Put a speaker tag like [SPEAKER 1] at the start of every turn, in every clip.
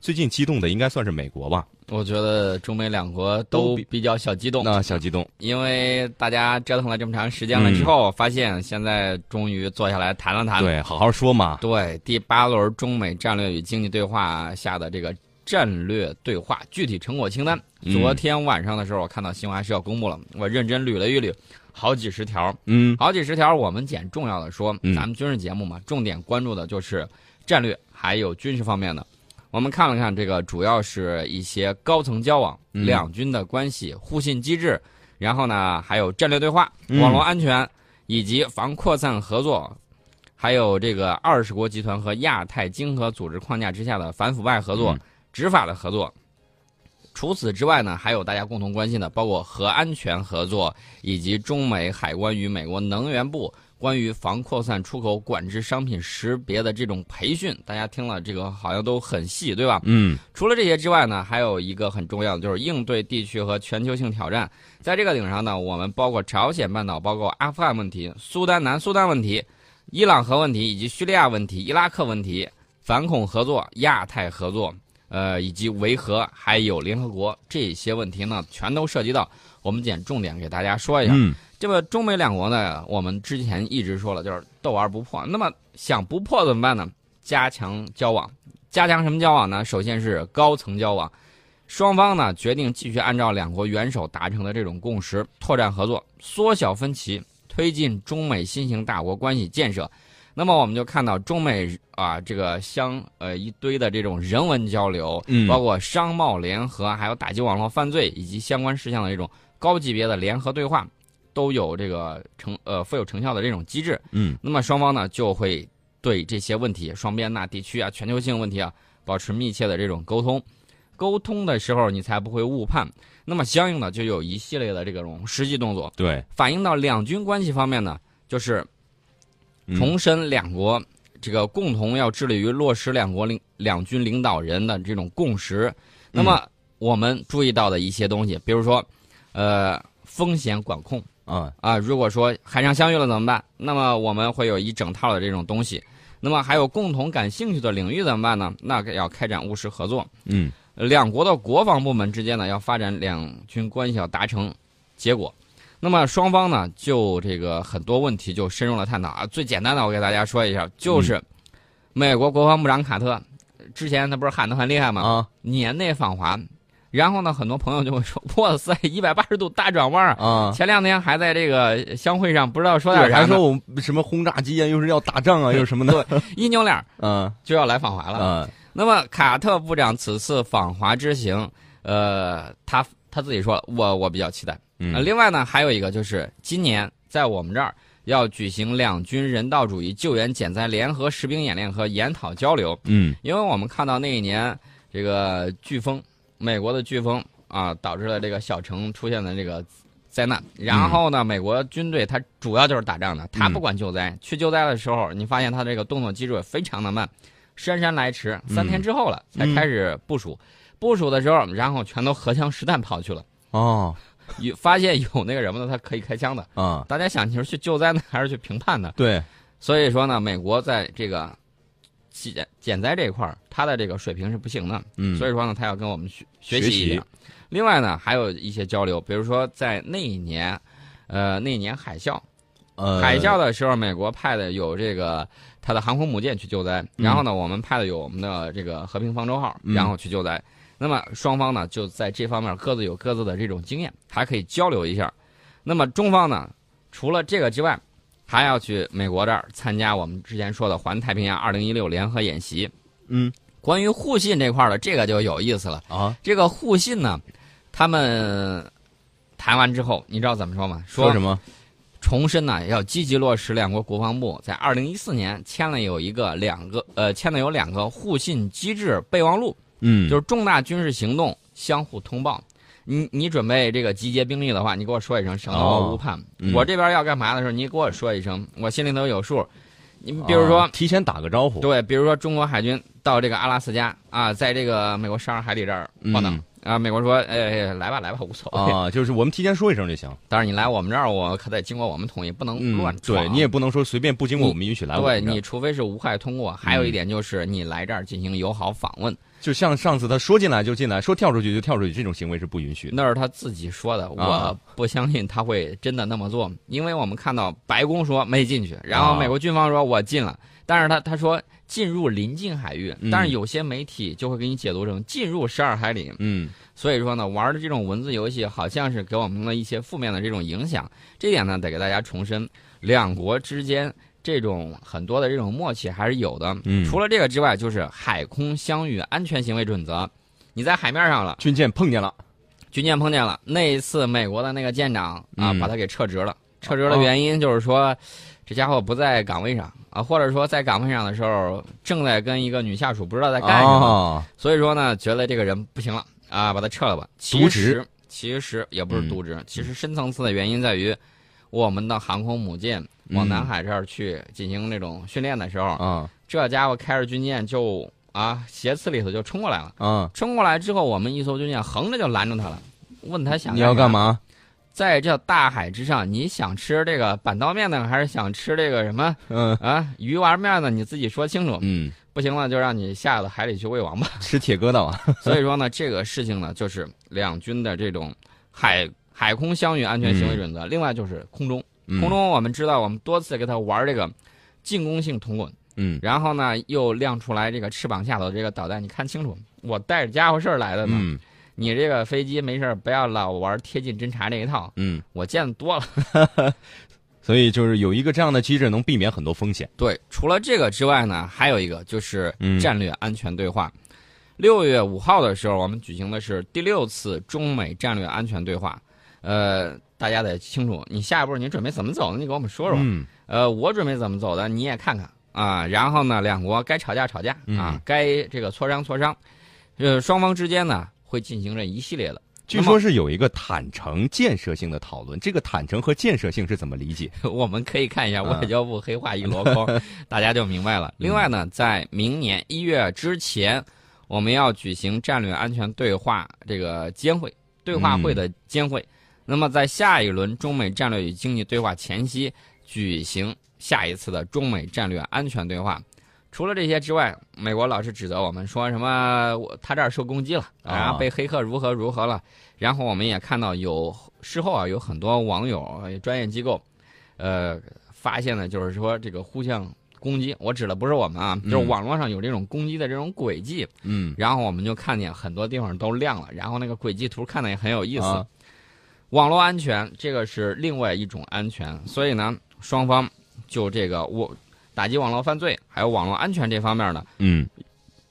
[SPEAKER 1] 最近激动的应该算是美国吧？
[SPEAKER 2] 我觉得中美两国都比较小激动，
[SPEAKER 1] 那小激动，
[SPEAKER 2] 因为大家折腾了这么长时间了之后，发现现在终于坐下来谈了谈。
[SPEAKER 1] 嗯对，好好说嘛。
[SPEAKER 2] 对，第八轮中美战略与经济对话下的这个战略对话具体成果清单，
[SPEAKER 1] 嗯
[SPEAKER 2] 昨天晚上的时候我看到新华社要公布了，我认真捋了一捋，好几十条，
[SPEAKER 1] 嗯，
[SPEAKER 2] 好几十条。我们捡重要的说，
[SPEAKER 1] 嗯
[SPEAKER 2] 咱们军事节目嘛，重点关注的就是战略还有军事方面的。我们看了看这个，主要是一些高层交往、
[SPEAKER 1] 嗯
[SPEAKER 2] 两军的关系、互信机制，然后呢，还有战略对话、
[SPEAKER 1] 嗯
[SPEAKER 2] 网络安全、以及防扩散合作，还有这个二十国集团和亚太经合组织框架之下的反腐败合作、
[SPEAKER 1] 嗯
[SPEAKER 2] 执法的合作。除此之外呢，还有大家共同关心的，包括核安全合作，以及中美海关与美国能源部关于防扩散出口管制商品识别的这种培训。大家听了这个好像都很细，对吧？
[SPEAKER 1] 嗯，
[SPEAKER 2] 除了这些之外呢，还有一个很重要的就是应对地区和全球性挑战。在这个顶上呢，我们包括朝鲜半岛、包括阿富汗问题、苏丹南苏丹问题、伊朗核问题以及叙利亚问题、伊拉克问题、反恐合作、亚太合作，呃，以及维和，还有联合国这些问题呢，全都涉及到。我们捡重点给大家说一下。
[SPEAKER 1] 嗯，
[SPEAKER 2] 这个中美两国呢，我们之前一直说了，就是斗而不破。那么想不破怎么办呢？加强交往，加强什么交往呢？首先是高层交往，双方呢决定继续按照两国元首达成的这种共识，拓展合作，缩小分歧，推进中美新型大国关系建设。那么我们就看到中美啊这个相呃一堆的这种人文交流，
[SPEAKER 1] 嗯
[SPEAKER 2] 包括商贸联合，还有打击网络犯罪以及相关事项的这种高级别的联合对话，都有这个成呃富有成效的这种机制。
[SPEAKER 1] 嗯，
[SPEAKER 2] 那么双方呢就会对这些问题，双边呐、地区啊、全球性问题啊，保持密切的这种沟通。沟通的时候，你才不会误判。那么相应的就有一系列的这种实际动作，
[SPEAKER 1] 对，
[SPEAKER 2] 反映到两军关系方面呢，就是
[SPEAKER 1] 嗯
[SPEAKER 2] 重申两国这个共同要致力于落实两国领两军领导人的这种共识。那么我们注意到的一些东西，比如说，呃，风险管控。
[SPEAKER 1] 啊，
[SPEAKER 2] 啊，如果说海上相遇了怎么办？那么我们会有一整套的这种东西。那么还有共同感兴趣的领域怎么办呢？那个要开展务实合作。
[SPEAKER 1] 嗯
[SPEAKER 2] 两国的国防部门之间呢，要发展两军关系要达成结果。那么双方呢，就这个很多问题就深入了探讨啊。最简单的，我给大家说一下，就是美国国防部长卡特之前他不是喊得很厉害吗？
[SPEAKER 1] 啊
[SPEAKER 2] 年内访华，然后呢，很多朋友就会说，哇塞，一百八十度大转弯啊！
[SPEAKER 1] 啊，
[SPEAKER 2] 前两天还在这个相会上不知道说点
[SPEAKER 1] 对，
[SPEAKER 2] 啥
[SPEAKER 1] 还
[SPEAKER 2] 呢，
[SPEAKER 1] 说我们什么轰炸机啊，又是要打仗啊，又是什么 的，
[SPEAKER 2] 一扭脸儿
[SPEAKER 1] 嗯
[SPEAKER 2] 就要来访华了。
[SPEAKER 1] 嗯
[SPEAKER 2] 那么卡特部长此次访华之行，呃，他他自己说了，我我比较期待。呃
[SPEAKER 1] 嗯，
[SPEAKER 2] 另外呢，还有一个就是今年在我们这儿要举行两军人道主义救援减灾联合实兵演练和研讨交流，
[SPEAKER 1] 嗯
[SPEAKER 2] 因为我们看到那一年这个飓风，美国的飓风啊，导致了这个小城出现的这个灾难。然后呢，美国军队它主要就是打仗的，它不管救灾。去救灾的时候，你发现它这个动作机制非常的慢，姗姗来迟。三天之后了、才开始部署，部署的时候，然后全都荷枪实弹跑去了。
[SPEAKER 1] 哦
[SPEAKER 2] 有发现有那个什么的，他可以开枪的。
[SPEAKER 1] 啊，
[SPEAKER 2] 大家想，你是去救灾呢，还是去评判呢？
[SPEAKER 1] 对，
[SPEAKER 2] 所以说呢，美国在这个减减灾这一块儿，它的这个水平是不行的。
[SPEAKER 1] 嗯，
[SPEAKER 2] 所
[SPEAKER 1] 以
[SPEAKER 2] 以说呢，他要跟我们学
[SPEAKER 1] 学
[SPEAKER 2] 习
[SPEAKER 1] 习
[SPEAKER 2] 一点。另外呢，还有一些交流，比如说在那一年，呃，那一年海啸，
[SPEAKER 1] 呃，
[SPEAKER 2] 海啸的时候，美国派的有这个他的航空母舰去救灾，然后呢，我们派的有我们的这个和平方舟号，
[SPEAKER 1] 嗯
[SPEAKER 2] 然后去救灾。那么双方呢，就在这方面各自有各自的这种经验，还可以交流一下。那么中方呢，除了这个之外，还要去美国这儿参加我们之前说的环太平洋2016联合演习。
[SPEAKER 1] 嗯
[SPEAKER 2] 关于互信这块儿的，这个就有意思了。
[SPEAKER 1] 啊，
[SPEAKER 2] 这个互信呢，他们谈完之后，你知道怎么说吗？
[SPEAKER 1] 说什么？
[SPEAKER 2] 重申呢，要积极落实两国国防部在二零一四年签了有一个两个呃签了有两个互信机制备忘录，
[SPEAKER 1] 嗯，
[SPEAKER 2] 就是是重大军事行动相互通报。你你准备这个集结兵力的话，你给我说一声，省得我误判。
[SPEAKER 1] 嗯
[SPEAKER 2] 我这边要干嘛的时候，你给我说一声，我心里头有数。你
[SPEAKER 1] 哦
[SPEAKER 2] 比如说，
[SPEAKER 1] 啊提前打个招呼，
[SPEAKER 2] 对，比如说中国海军到这个阿拉斯加啊，在这个美国十二海里这儿晃荡、
[SPEAKER 1] 嗯
[SPEAKER 2] 啊，美国说，哎，来吧，来吧，无所谓。
[SPEAKER 1] 啊，就是我们提前说一声就行。
[SPEAKER 2] 但是你来我们这儿，我可得经过我们同意，不能
[SPEAKER 1] 嗯
[SPEAKER 2] 乱，闯。
[SPEAKER 1] 对你也不能说随便不经过我们允许来我
[SPEAKER 2] 对
[SPEAKER 1] 们这儿。
[SPEAKER 2] 你，除非是无害通过。还有一点就是，你来这儿进行友好访问，
[SPEAKER 1] 就像上次他说进来就进来，说跳出去就跳出去，这种行为是不允许的。
[SPEAKER 2] 那是他自己说的，
[SPEAKER 1] 啊
[SPEAKER 2] 我不相信他会真的那么做，因为我们看到白宫说没进去，然后
[SPEAKER 1] 啊
[SPEAKER 2] 美国军方说我进了，但是他他说进入临近海域，
[SPEAKER 1] 嗯
[SPEAKER 2] 但是有些媒体就会给你解读成进入十二海里，
[SPEAKER 1] 嗯，
[SPEAKER 2] 所以说呢，玩的这种文字游戏好像是给我们的一些负面的这种影响，这点呢得给大家重申，两国之间这种很多的这种默契还是有的。
[SPEAKER 1] 嗯
[SPEAKER 2] 除了这个之外，就是海空相遇安全行为准则。你在海面上了，
[SPEAKER 1] 军舰碰见了，
[SPEAKER 2] 军舰碰见了，那一次美国的那个舰长啊，
[SPEAKER 1] 嗯哦
[SPEAKER 2] 把他给撤职了。撤职的原因就是说，这家伙不在岗位上啊，或者说在岗位上的时候正在跟一个女下属不知道在干什么，
[SPEAKER 1] 啊，
[SPEAKER 2] 所以说呢，觉得这个人不行了啊，把他撤了吧。其
[SPEAKER 1] 渎职
[SPEAKER 2] 实其实也不是
[SPEAKER 1] 嗯
[SPEAKER 2] 渎职，其实深层次的原因在于，我们的航空母舰往南海这儿去进行那种训练的时候，
[SPEAKER 1] 嗯啊
[SPEAKER 2] 这家伙开着军舰就啊斜刺里头就冲过来了。
[SPEAKER 1] 啊！
[SPEAKER 2] 冲过来之后，我们一艘军舰横着就拦住他了，问他想
[SPEAKER 1] 你要
[SPEAKER 2] 干
[SPEAKER 1] 干
[SPEAKER 2] 啥？
[SPEAKER 1] 嘛？
[SPEAKER 2] 在这大海之上，你想吃这个板刀面呢，还是想吃这个什么
[SPEAKER 1] 嗯
[SPEAKER 2] 啊鱼丸面呢？你自己说清楚。
[SPEAKER 1] 嗯，
[SPEAKER 2] 不行了，就让你下到海里去喂王八。
[SPEAKER 1] 吃铁疙瘩啊！
[SPEAKER 2] 所以说呢，这个事情呢，就是两军的这种海海空相遇安全行为准则。另外就是空中，
[SPEAKER 1] 嗯
[SPEAKER 2] 空，中我们知道，我们多次给他玩这个进攻性铜滚，
[SPEAKER 1] 嗯
[SPEAKER 2] 然后呢又亮出来这个翅膀下头的这个导弹，你看清楚，我带着家伙事儿来的呢。
[SPEAKER 1] 嗯
[SPEAKER 2] 你这个飞机没事儿不要老玩贴近侦察这一套，
[SPEAKER 1] 嗯，
[SPEAKER 2] 我见的多了。
[SPEAKER 1] 所以就是有一个这样的机制，能避免很多风险。
[SPEAKER 2] 对，除了这个之外呢，还有一个就是
[SPEAKER 1] 嗯
[SPEAKER 2] 战略安全对话。六、月五号的时候，我们举行的是第六次中美战略安全对话。呃，大家得清楚，你下一步你准备怎么走呢？你给我们说说。
[SPEAKER 1] 嗯
[SPEAKER 2] 呃，我准备怎么走的，你也看看啊。然后呢，两国该吵架吵架啊
[SPEAKER 1] 嗯，
[SPEAKER 2] 该这个磋商磋商。呃，双方之间呢会进行着一系列的。
[SPEAKER 1] 据说是有一个坦诚建设性的讨论，这个坦诚和建设性是怎么理解？
[SPEAKER 2] 我们可以看一下外交部黑化一箩筐，大家就明白了。另外呢，在明年一月之前，我们要举行战略安全对话这个监会对话会的监会。那么在下一轮中美战略与经济对话前夕，举行下一次的中美战略安全对话。除了这些之外，美国老是指责我们说什么我他这儿受攻击了，
[SPEAKER 1] 啊
[SPEAKER 2] 然后被黑客如何如何了。然后我们也看到有事后啊，有很多网友、呃专业机构呃，发现呢，就是说这个互相攻击，我指的不是我们啊，
[SPEAKER 1] 嗯
[SPEAKER 2] 就是网络上有这种攻击的这种轨迹，
[SPEAKER 1] 嗯
[SPEAKER 2] 然后我们就看见很多地方都亮了，然后那个轨迹图看的也很有意思。
[SPEAKER 1] 啊
[SPEAKER 2] 网络安全这个是另外一种安全，所以呢，双方就这个我打击网络犯罪还有网络安全这方面呢，
[SPEAKER 1] 嗯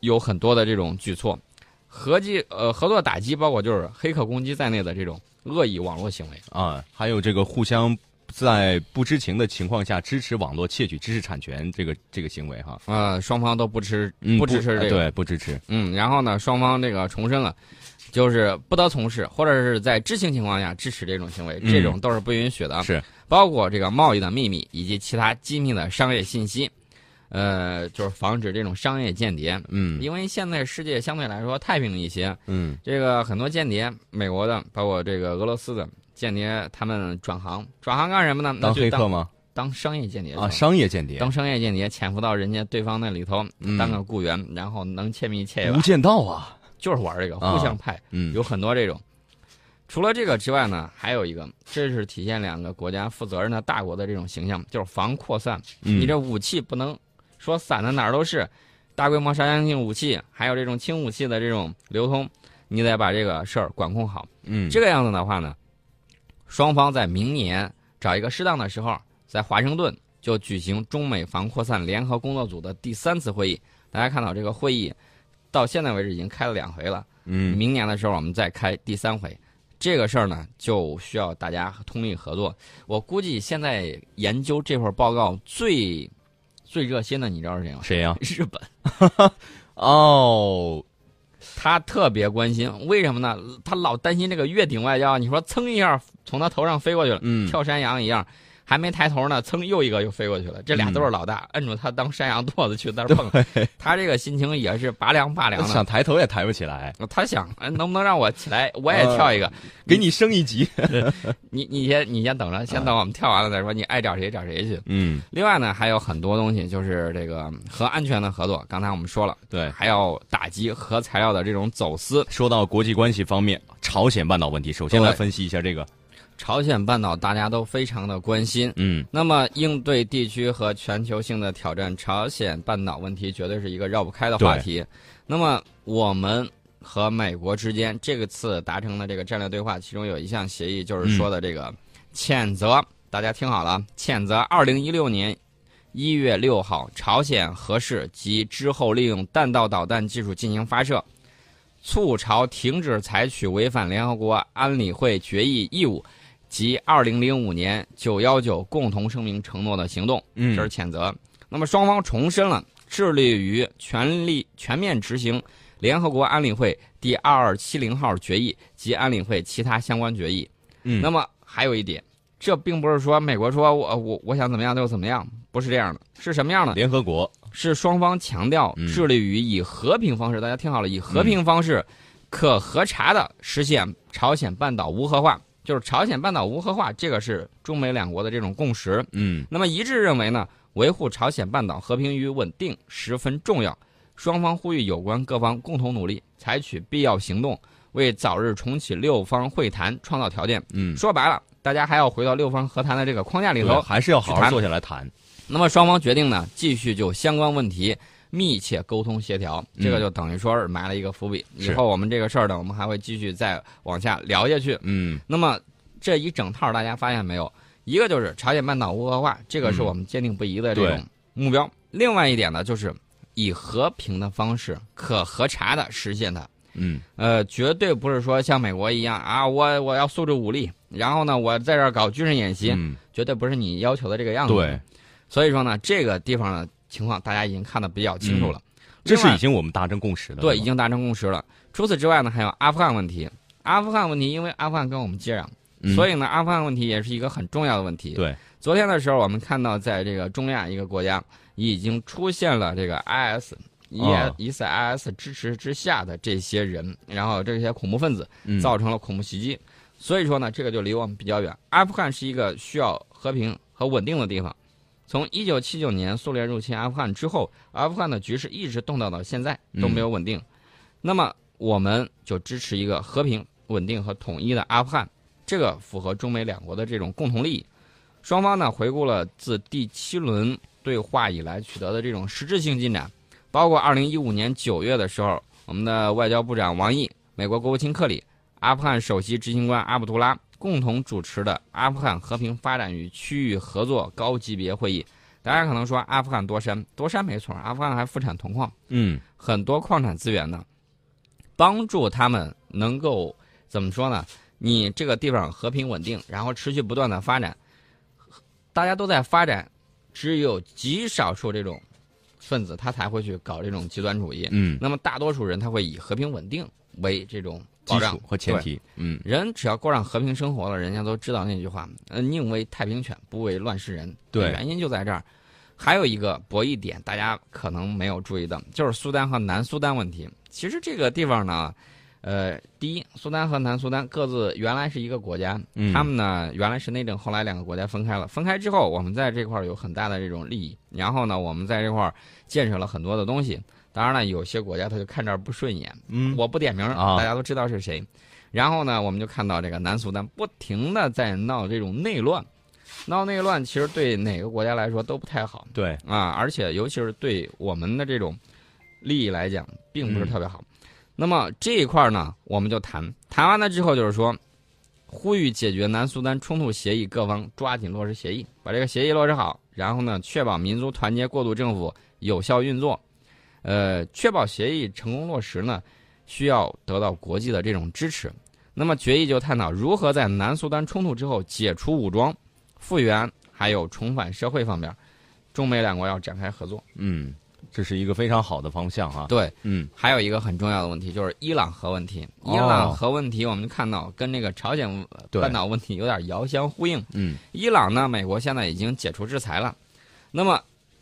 [SPEAKER 2] 有很多的这种举措，合计呃合作打击包括就是黑客攻击在内的这种恶意网络行为。
[SPEAKER 1] 啊，还有这个互相在不知情的情况下支持网络窃取知识产权这个这个行为哈，
[SPEAKER 2] 呃，双方都不吃
[SPEAKER 1] 嗯，
[SPEAKER 2] 不支哎持这个
[SPEAKER 1] 对，不支持。
[SPEAKER 2] 嗯，然后呢，双方这个重申了，就是不得从事或者是在知情情况下支持这种行为，
[SPEAKER 1] 嗯
[SPEAKER 2] 这种都是不允许的，啊
[SPEAKER 1] 是
[SPEAKER 2] 包括这个贸易的秘密以及其他机密的商业信息，呃，就是防止这种商业间谍。
[SPEAKER 1] 嗯
[SPEAKER 2] 因为现在世界相对来说太平一些，
[SPEAKER 1] 嗯
[SPEAKER 2] 这个很多间谍，美国的，包括这个俄罗斯的间谍，他们转行，转行干什么呢？那
[SPEAKER 1] 当
[SPEAKER 2] 就
[SPEAKER 1] 黑客
[SPEAKER 2] 当
[SPEAKER 1] 吗？
[SPEAKER 2] 当商业间谍去
[SPEAKER 1] 啊，
[SPEAKER 2] 了
[SPEAKER 1] 商业间谍，
[SPEAKER 2] 当商业间谍，潜伏到人家对方那里头，
[SPEAKER 1] 嗯
[SPEAKER 2] 当个雇员，然后能窃密窃一把
[SPEAKER 1] 无。间道 啊，
[SPEAKER 2] 就是玩这个，
[SPEAKER 1] 啊
[SPEAKER 2] 互相派，
[SPEAKER 1] 嗯
[SPEAKER 2] 有很多这种。除了这个之外呢，还有一个，这是体现两个国家负责任的大国的这种形象，就是防扩散。
[SPEAKER 1] 嗯，
[SPEAKER 2] 你这武器不能说散的哪儿都是，大规模杀伤性武器，还有这种轻武器的这种流通，你得把这个事儿管控好。
[SPEAKER 1] 嗯
[SPEAKER 2] 这个样子的话呢，双方在明年找一个适当的时候，在华盛顿就举行中美防扩散联合工作组的第三次会议。大家看到这个会议到现在为止已经开了两回了，
[SPEAKER 1] 嗯
[SPEAKER 2] 明年的时候我们再开第三回。这个事儿呢，就需要大家通力合作。我估计现在研究这份报告最最热心的，你知道是谁吗？
[SPEAKER 1] 谁呀？
[SPEAKER 2] 日本，
[SPEAKER 1] 哦，
[SPEAKER 2] 他特别关心，为什么呢？他老担心这个越顶外交，你说噌一下从他头上飞过去了，
[SPEAKER 1] 嗯
[SPEAKER 2] 跳山羊一样。还没抬头呢，噌又一个又飞过去了。这
[SPEAKER 1] 嗯
[SPEAKER 2] 俩都是老大，摁住他当山羊垛子去在那儿蹦，他这个心情也是拔凉拔凉的。
[SPEAKER 1] 想抬头也抬不起来，
[SPEAKER 2] 他想，哎，能不能让我起来，我也
[SPEAKER 1] 呃
[SPEAKER 2] 跳一个？
[SPEAKER 1] 给你升一 级。
[SPEAKER 2] 你你先你先等着，先等我们跳完了再说。你爱找谁找谁去。
[SPEAKER 1] 嗯，
[SPEAKER 2] 另外呢，还有很多东西，就是这个和安全的合作。刚才我们说了，
[SPEAKER 1] 对。
[SPEAKER 2] 还要打击核材料的这种走私。
[SPEAKER 1] 说到国际关系方面，朝鲜半岛问题，首先来
[SPEAKER 2] 对
[SPEAKER 1] 分析一下这个。
[SPEAKER 2] 朝鲜半岛大家都非常的关心。
[SPEAKER 1] 嗯，
[SPEAKER 2] 那么，应对地区和全球性的挑战，朝鲜半岛问题绝对是一个绕不开的话题。那么，我们和美国之间这个次达成的这个战略对话，其中有一项协议就是说的这个谴责，大家听好了，谴责二零一六年一月六号朝鲜核试及之后利用弹道导弹技术进行发射，促朝停止采取违反联合国安理会决议义务及二零零五年九幺九共同声明承诺的行动，
[SPEAKER 1] 嗯
[SPEAKER 2] 这是谴责。那么双方重申了致力于全力全面执行联合国安理会第二二七零号决议及安理会其他相关决议。
[SPEAKER 1] 嗯
[SPEAKER 2] 那么还有一点，这并不是说美国说我我我想怎么样就怎么样，不是这样的，是什么样的？
[SPEAKER 1] 联合国
[SPEAKER 2] 是双方强调
[SPEAKER 1] 嗯
[SPEAKER 2] 致力于以和平方式，大家听好了，以和平方式可核查的实现朝鲜半岛无核化，就是朝鲜半岛无核化，这个是中美两国的这种共识。
[SPEAKER 1] 嗯，
[SPEAKER 2] 那么一致认为呢，维护朝鲜半岛和平与稳定十分重要，双方呼吁有关各方共同努力，采取必要行动，为早日重启六方会谈创造条件。
[SPEAKER 1] 嗯
[SPEAKER 2] 说白了，大家还要回到六方和谈的这个框架里
[SPEAKER 1] 对
[SPEAKER 2] 头，
[SPEAKER 1] 还是要好
[SPEAKER 2] 去
[SPEAKER 1] 好
[SPEAKER 2] 谈
[SPEAKER 1] 坐下来谈。
[SPEAKER 2] 那么双方决定呢，继续就相关问题密切沟通协调，
[SPEAKER 1] 嗯
[SPEAKER 2] 这个就等于说是埋了一个伏笔。以
[SPEAKER 1] 是
[SPEAKER 2] 后我们这个事儿呢，我们还会继续再往下聊下去。
[SPEAKER 1] 嗯，
[SPEAKER 2] 那么这一整套大家发现没有？一个就是朝鲜半岛无核化，这个是
[SPEAKER 1] 嗯
[SPEAKER 2] 我们坚定不移的这
[SPEAKER 1] 对
[SPEAKER 2] 种目标。另外一点呢，就是以和平的方式可核查的实现它。
[SPEAKER 1] 嗯，
[SPEAKER 2] 呃，绝对不是说像美国一样啊，我我要诉诸武力，然后呢，我在这儿搞军事演习，
[SPEAKER 1] 嗯
[SPEAKER 2] 绝对不是你要求的这个样子。
[SPEAKER 1] 对，
[SPEAKER 2] 所以说呢，这个地方的情况大家已经看得比较清楚了，
[SPEAKER 1] 这
[SPEAKER 2] 另
[SPEAKER 1] 是
[SPEAKER 2] 外
[SPEAKER 1] 已经我们达成共识了。
[SPEAKER 2] 对，已
[SPEAKER 1] 吧
[SPEAKER 2] 经达成共识了。除此之外呢，还有阿富汗问题。阿富汗问题，因为阿富汗跟我们接壤，
[SPEAKER 1] 嗯
[SPEAKER 2] 所以呢，阿富汗问题也是一个很重要的问题。
[SPEAKER 1] 对，
[SPEAKER 2] 昨天的时候，我们看到在这个中亚一个国家已经出现了这个 E IS。一
[SPEAKER 1] 哦
[SPEAKER 2] 疑似 IS 支持之下的这些人，然后这些恐怖分子
[SPEAKER 1] 嗯
[SPEAKER 2] 造成了恐怖袭击，所以说呢，这个就离我们比较远。阿富汗是一个需要和平和稳定的地方。从一九七九年苏联入侵阿富汗之后，阿富汗的局势一直动荡到现在都没有稳定。那么我们就支持一个和平、稳定和统一的阿富汗，这个符合中美两国的这种共同利益。双方呢回顾了自第七轮对话以来取得的这种实质性进展，包括二零一五年九月的时候，我们的外交部长王毅、美国国务卿克里、阿富汗首席执行官阿卜杜拉共同主持的阿富汗和平发展与区域合作高级别会议。大家可能说阿富汗多山，多山没错，阿富汗还富产铜矿，
[SPEAKER 1] 嗯
[SPEAKER 2] 很多矿产资源呢，帮助他们能够怎么说呢？你这个地方和平稳定，然后持续不断的发展，大家都在发展，只有极少数这种分子他才会去搞这种极端主义。
[SPEAKER 1] 嗯，
[SPEAKER 2] 那么大多数人他会以和平稳定为这种
[SPEAKER 1] 基
[SPEAKER 2] 保障
[SPEAKER 1] 础和前提，嗯
[SPEAKER 2] 人只要过上和平生活了，人家都知道那句话：“呃，宁为太平犬，不为乱世人。”
[SPEAKER 1] 对
[SPEAKER 2] 原因就在这儿。还有一个博弈点，大家可能没有注意到，就是苏丹和南苏丹问题。其实这个地方呢，呃，第一，苏丹和南苏丹各自原来是一个国家，
[SPEAKER 1] 嗯，
[SPEAKER 2] 他们呢原来是内政，后来两个国家分开了。分开之后，我们在这块儿有很大的这种利益，然后呢，我们在这块儿建设了很多的东西。当然了，有些国家他就看这儿不顺眼，
[SPEAKER 1] 嗯
[SPEAKER 2] 我不点名儿，
[SPEAKER 1] 啊
[SPEAKER 2] 大家都知道是谁。然后呢，我们就看到这个南苏丹不停的在闹这种内乱，闹内乱其实对哪个国家来说都不太好
[SPEAKER 1] 对，
[SPEAKER 2] 啊，而且尤其是对我们的这种利益来讲，并不是
[SPEAKER 1] 嗯
[SPEAKER 2] 特别好。那么这一块儿呢，我们就谈谈完了之后，就是说，呼吁解决南苏丹冲突协议各方抓紧落实协议，把这个协议落实好，然后呢，确保民族团结过渡政府有效运作。呃，确保协议成功落实呢，需要得到国际的这种支持。那么决议就探讨如何在南苏丹冲突之后解除武装、复原，还有重返社会方面，中美两国要展开合作。
[SPEAKER 1] 嗯这是一个非常好的方向哈。
[SPEAKER 2] 对，
[SPEAKER 1] 嗯，
[SPEAKER 2] 还有一个很重要的问题就是伊朗核问题。
[SPEAKER 1] 哦
[SPEAKER 2] 伊朗核问题，我们看到跟这个朝鲜
[SPEAKER 1] 对
[SPEAKER 2] 半岛问题有点遥相呼应。
[SPEAKER 1] 嗯，
[SPEAKER 2] 伊朗呢，美国现在已经解除制裁了，那么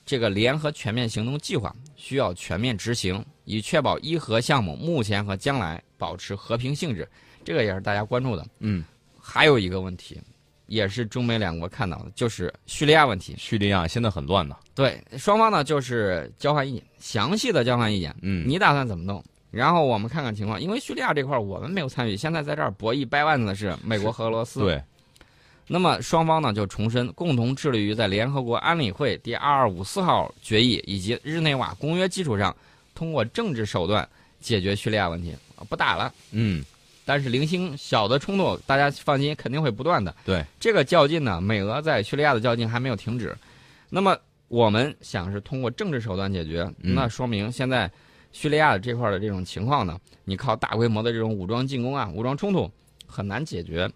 [SPEAKER 2] 这个联合全面行动计划需要全面执行，以确保伊核项目目前和将来保持和平性质。这个也是大家关注的。
[SPEAKER 1] 嗯，
[SPEAKER 2] 还有一个问题，也是中美两国看到的，就是叙利亚问题。
[SPEAKER 1] 叙利亚现在很乱呢。
[SPEAKER 2] 对，双方呢就是交换意见，详细的交换意见。
[SPEAKER 1] 嗯，
[SPEAKER 2] 你打算怎么弄？然后我们看看情况，因为叙利亚这块儿我们没有参与，现在在这儿博弈掰腕子的是啊美国和俄罗斯。，
[SPEAKER 1] 对，
[SPEAKER 2] 那么双方呢就重申共同致力于在联合国安理会第二二五四号决议以及日内瓦公约基础上，通过政治手段解决叙利亚问题。啊不打了，
[SPEAKER 1] 嗯，
[SPEAKER 2] 但是零星小的冲突，大家放心，肯定会不断的。
[SPEAKER 1] 对，
[SPEAKER 2] 这个较劲呢，美俄在叙利亚的较劲还没有停止。那么我们想是通过政治手段解决，
[SPEAKER 1] 嗯
[SPEAKER 2] 那说明现在叙利亚的这块的这种情况呢，你靠大规模的这种武装进攻啊、武装冲突很难解决。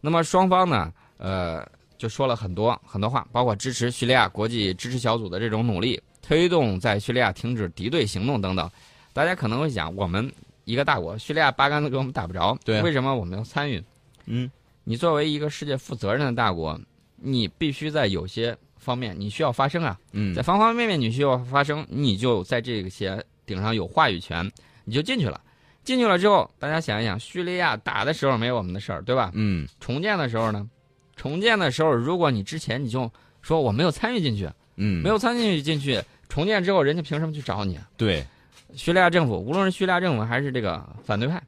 [SPEAKER 2] 那么双方呢，呃，就说了很多很多话，包括支持叙利亚国际支持小组的这种努力，推动在叙利亚停止敌对行动等等。大家可能会想，我们一个大国，叙利亚八竿子给我们打不着，
[SPEAKER 1] 对啊
[SPEAKER 2] 为什么我们要参与？
[SPEAKER 1] 嗯，
[SPEAKER 2] 你作为一个世界负责任的大国，你必须在有些方面你需要发声啊，
[SPEAKER 1] 嗯
[SPEAKER 2] 在，方方面面你需要发声，你就在这些顶上有话语权，你就进去了。进去了之后，大家想一想，叙利亚打的时候没有我们的事儿，对吧？
[SPEAKER 1] 嗯，
[SPEAKER 2] 重建的时候呢？重建的时候，如果你之前你就说我没有参与进去，
[SPEAKER 1] 嗯，
[SPEAKER 2] 没有参与进去，重建之后人家凭什么去找你啊？
[SPEAKER 1] 对，
[SPEAKER 2] 叙利亚政府，无论是叙利亚政府还是这个反对派，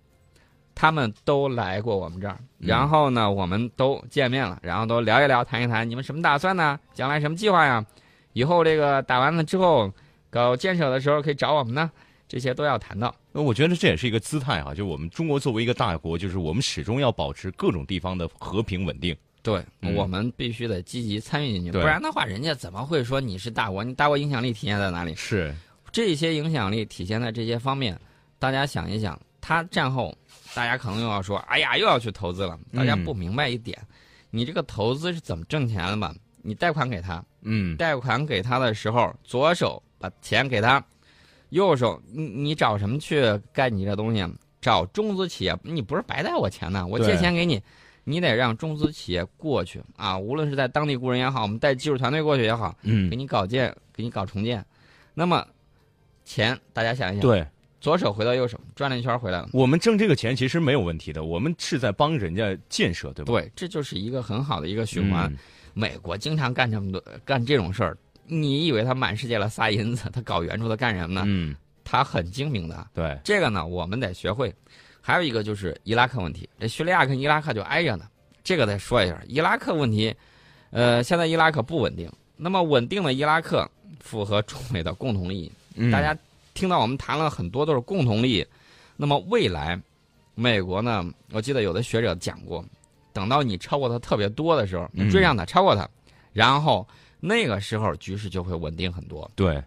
[SPEAKER 2] 他们都来过我们这儿，
[SPEAKER 1] 嗯
[SPEAKER 2] 然后呢，我们都见面了，然后都聊一聊，谈一谈，你们什么打算呢？将来什么计划呀？以后这个打完了之后，搞建设的时候可以找我们呢，这些都要谈到。
[SPEAKER 1] 那我觉得这也是一个姿态啊哈、就我们中国作为一个大国，就是我们始终要保持各种地方的和平稳定。
[SPEAKER 2] 对、
[SPEAKER 1] 嗯
[SPEAKER 2] 我们必须得积极参与进去，不
[SPEAKER 1] 对
[SPEAKER 2] 然的话，人家怎么会说你是大国？你大国影响力体现在哪里？
[SPEAKER 1] 是，
[SPEAKER 2] 这些影响力体现在这些方面，大家想一想，他战后，大家可能又要说，哎呀，又要去投资了。大家
[SPEAKER 1] 嗯
[SPEAKER 2] 不明白一点，你这个投资是怎么挣钱的吧？你贷款给他，
[SPEAKER 1] 嗯，
[SPEAKER 2] 贷款给他的时候，左手把钱给他，右手你你找什么去干你这东西？找中资企业，你不是白贷我钱呢？我借
[SPEAKER 1] 对
[SPEAKER 2] 钱给你，你得让中资企业过去啊，无论是在当地雇人也好，我们带技术团队过去也好，给
[SPEAKER 1] 嗯，
[SPEAKER 2] 你搞建，给你搞重建。那么钱，大家想一想，
[SPEAKER 1] 对，
[SPEAKER 2] 左手回到右手，转了一圈回来了。
[SPEAKER 1] 我们挣这个钱其实没有问题的，我们是在帮人家建设，对吧？
[SPEAKER 2] 对，这就是一个很好的一个循环。
[SPEAKER 1] 嗯
[SPEAKER 2] 美国经常干这么多干这种事儿，你以为他满世界了撒银子，他搞援助他干什么呢？
[SPEAKER 1] 嗯，
[SPEAKER 2] 他很精明的。
[SPEAKER 1] 对，
[SPEAKER 2] 这个呢，我们得学会。还有一个就是伊拉克问题，这叙利亚跟伊拉克就挨着呢。这个再说一下，伊拉克问题，呃，现在伊拉克不稳定。那么稳定的伊拉克符合中美的共同利益，
[SPEAKER 1] 嗯
[SPEAKER 2] 大家听到我们谈了很多都是共同利益。那么未来，美国呢？我记得有的学者讲过，等到你超过他特别多的时候，你
[SPEAKER 1] 嗯
[SPEAKER 2] 追上他，超过他，然后那个时候局势就会稳定很多。
[SPEAKER 1] 对，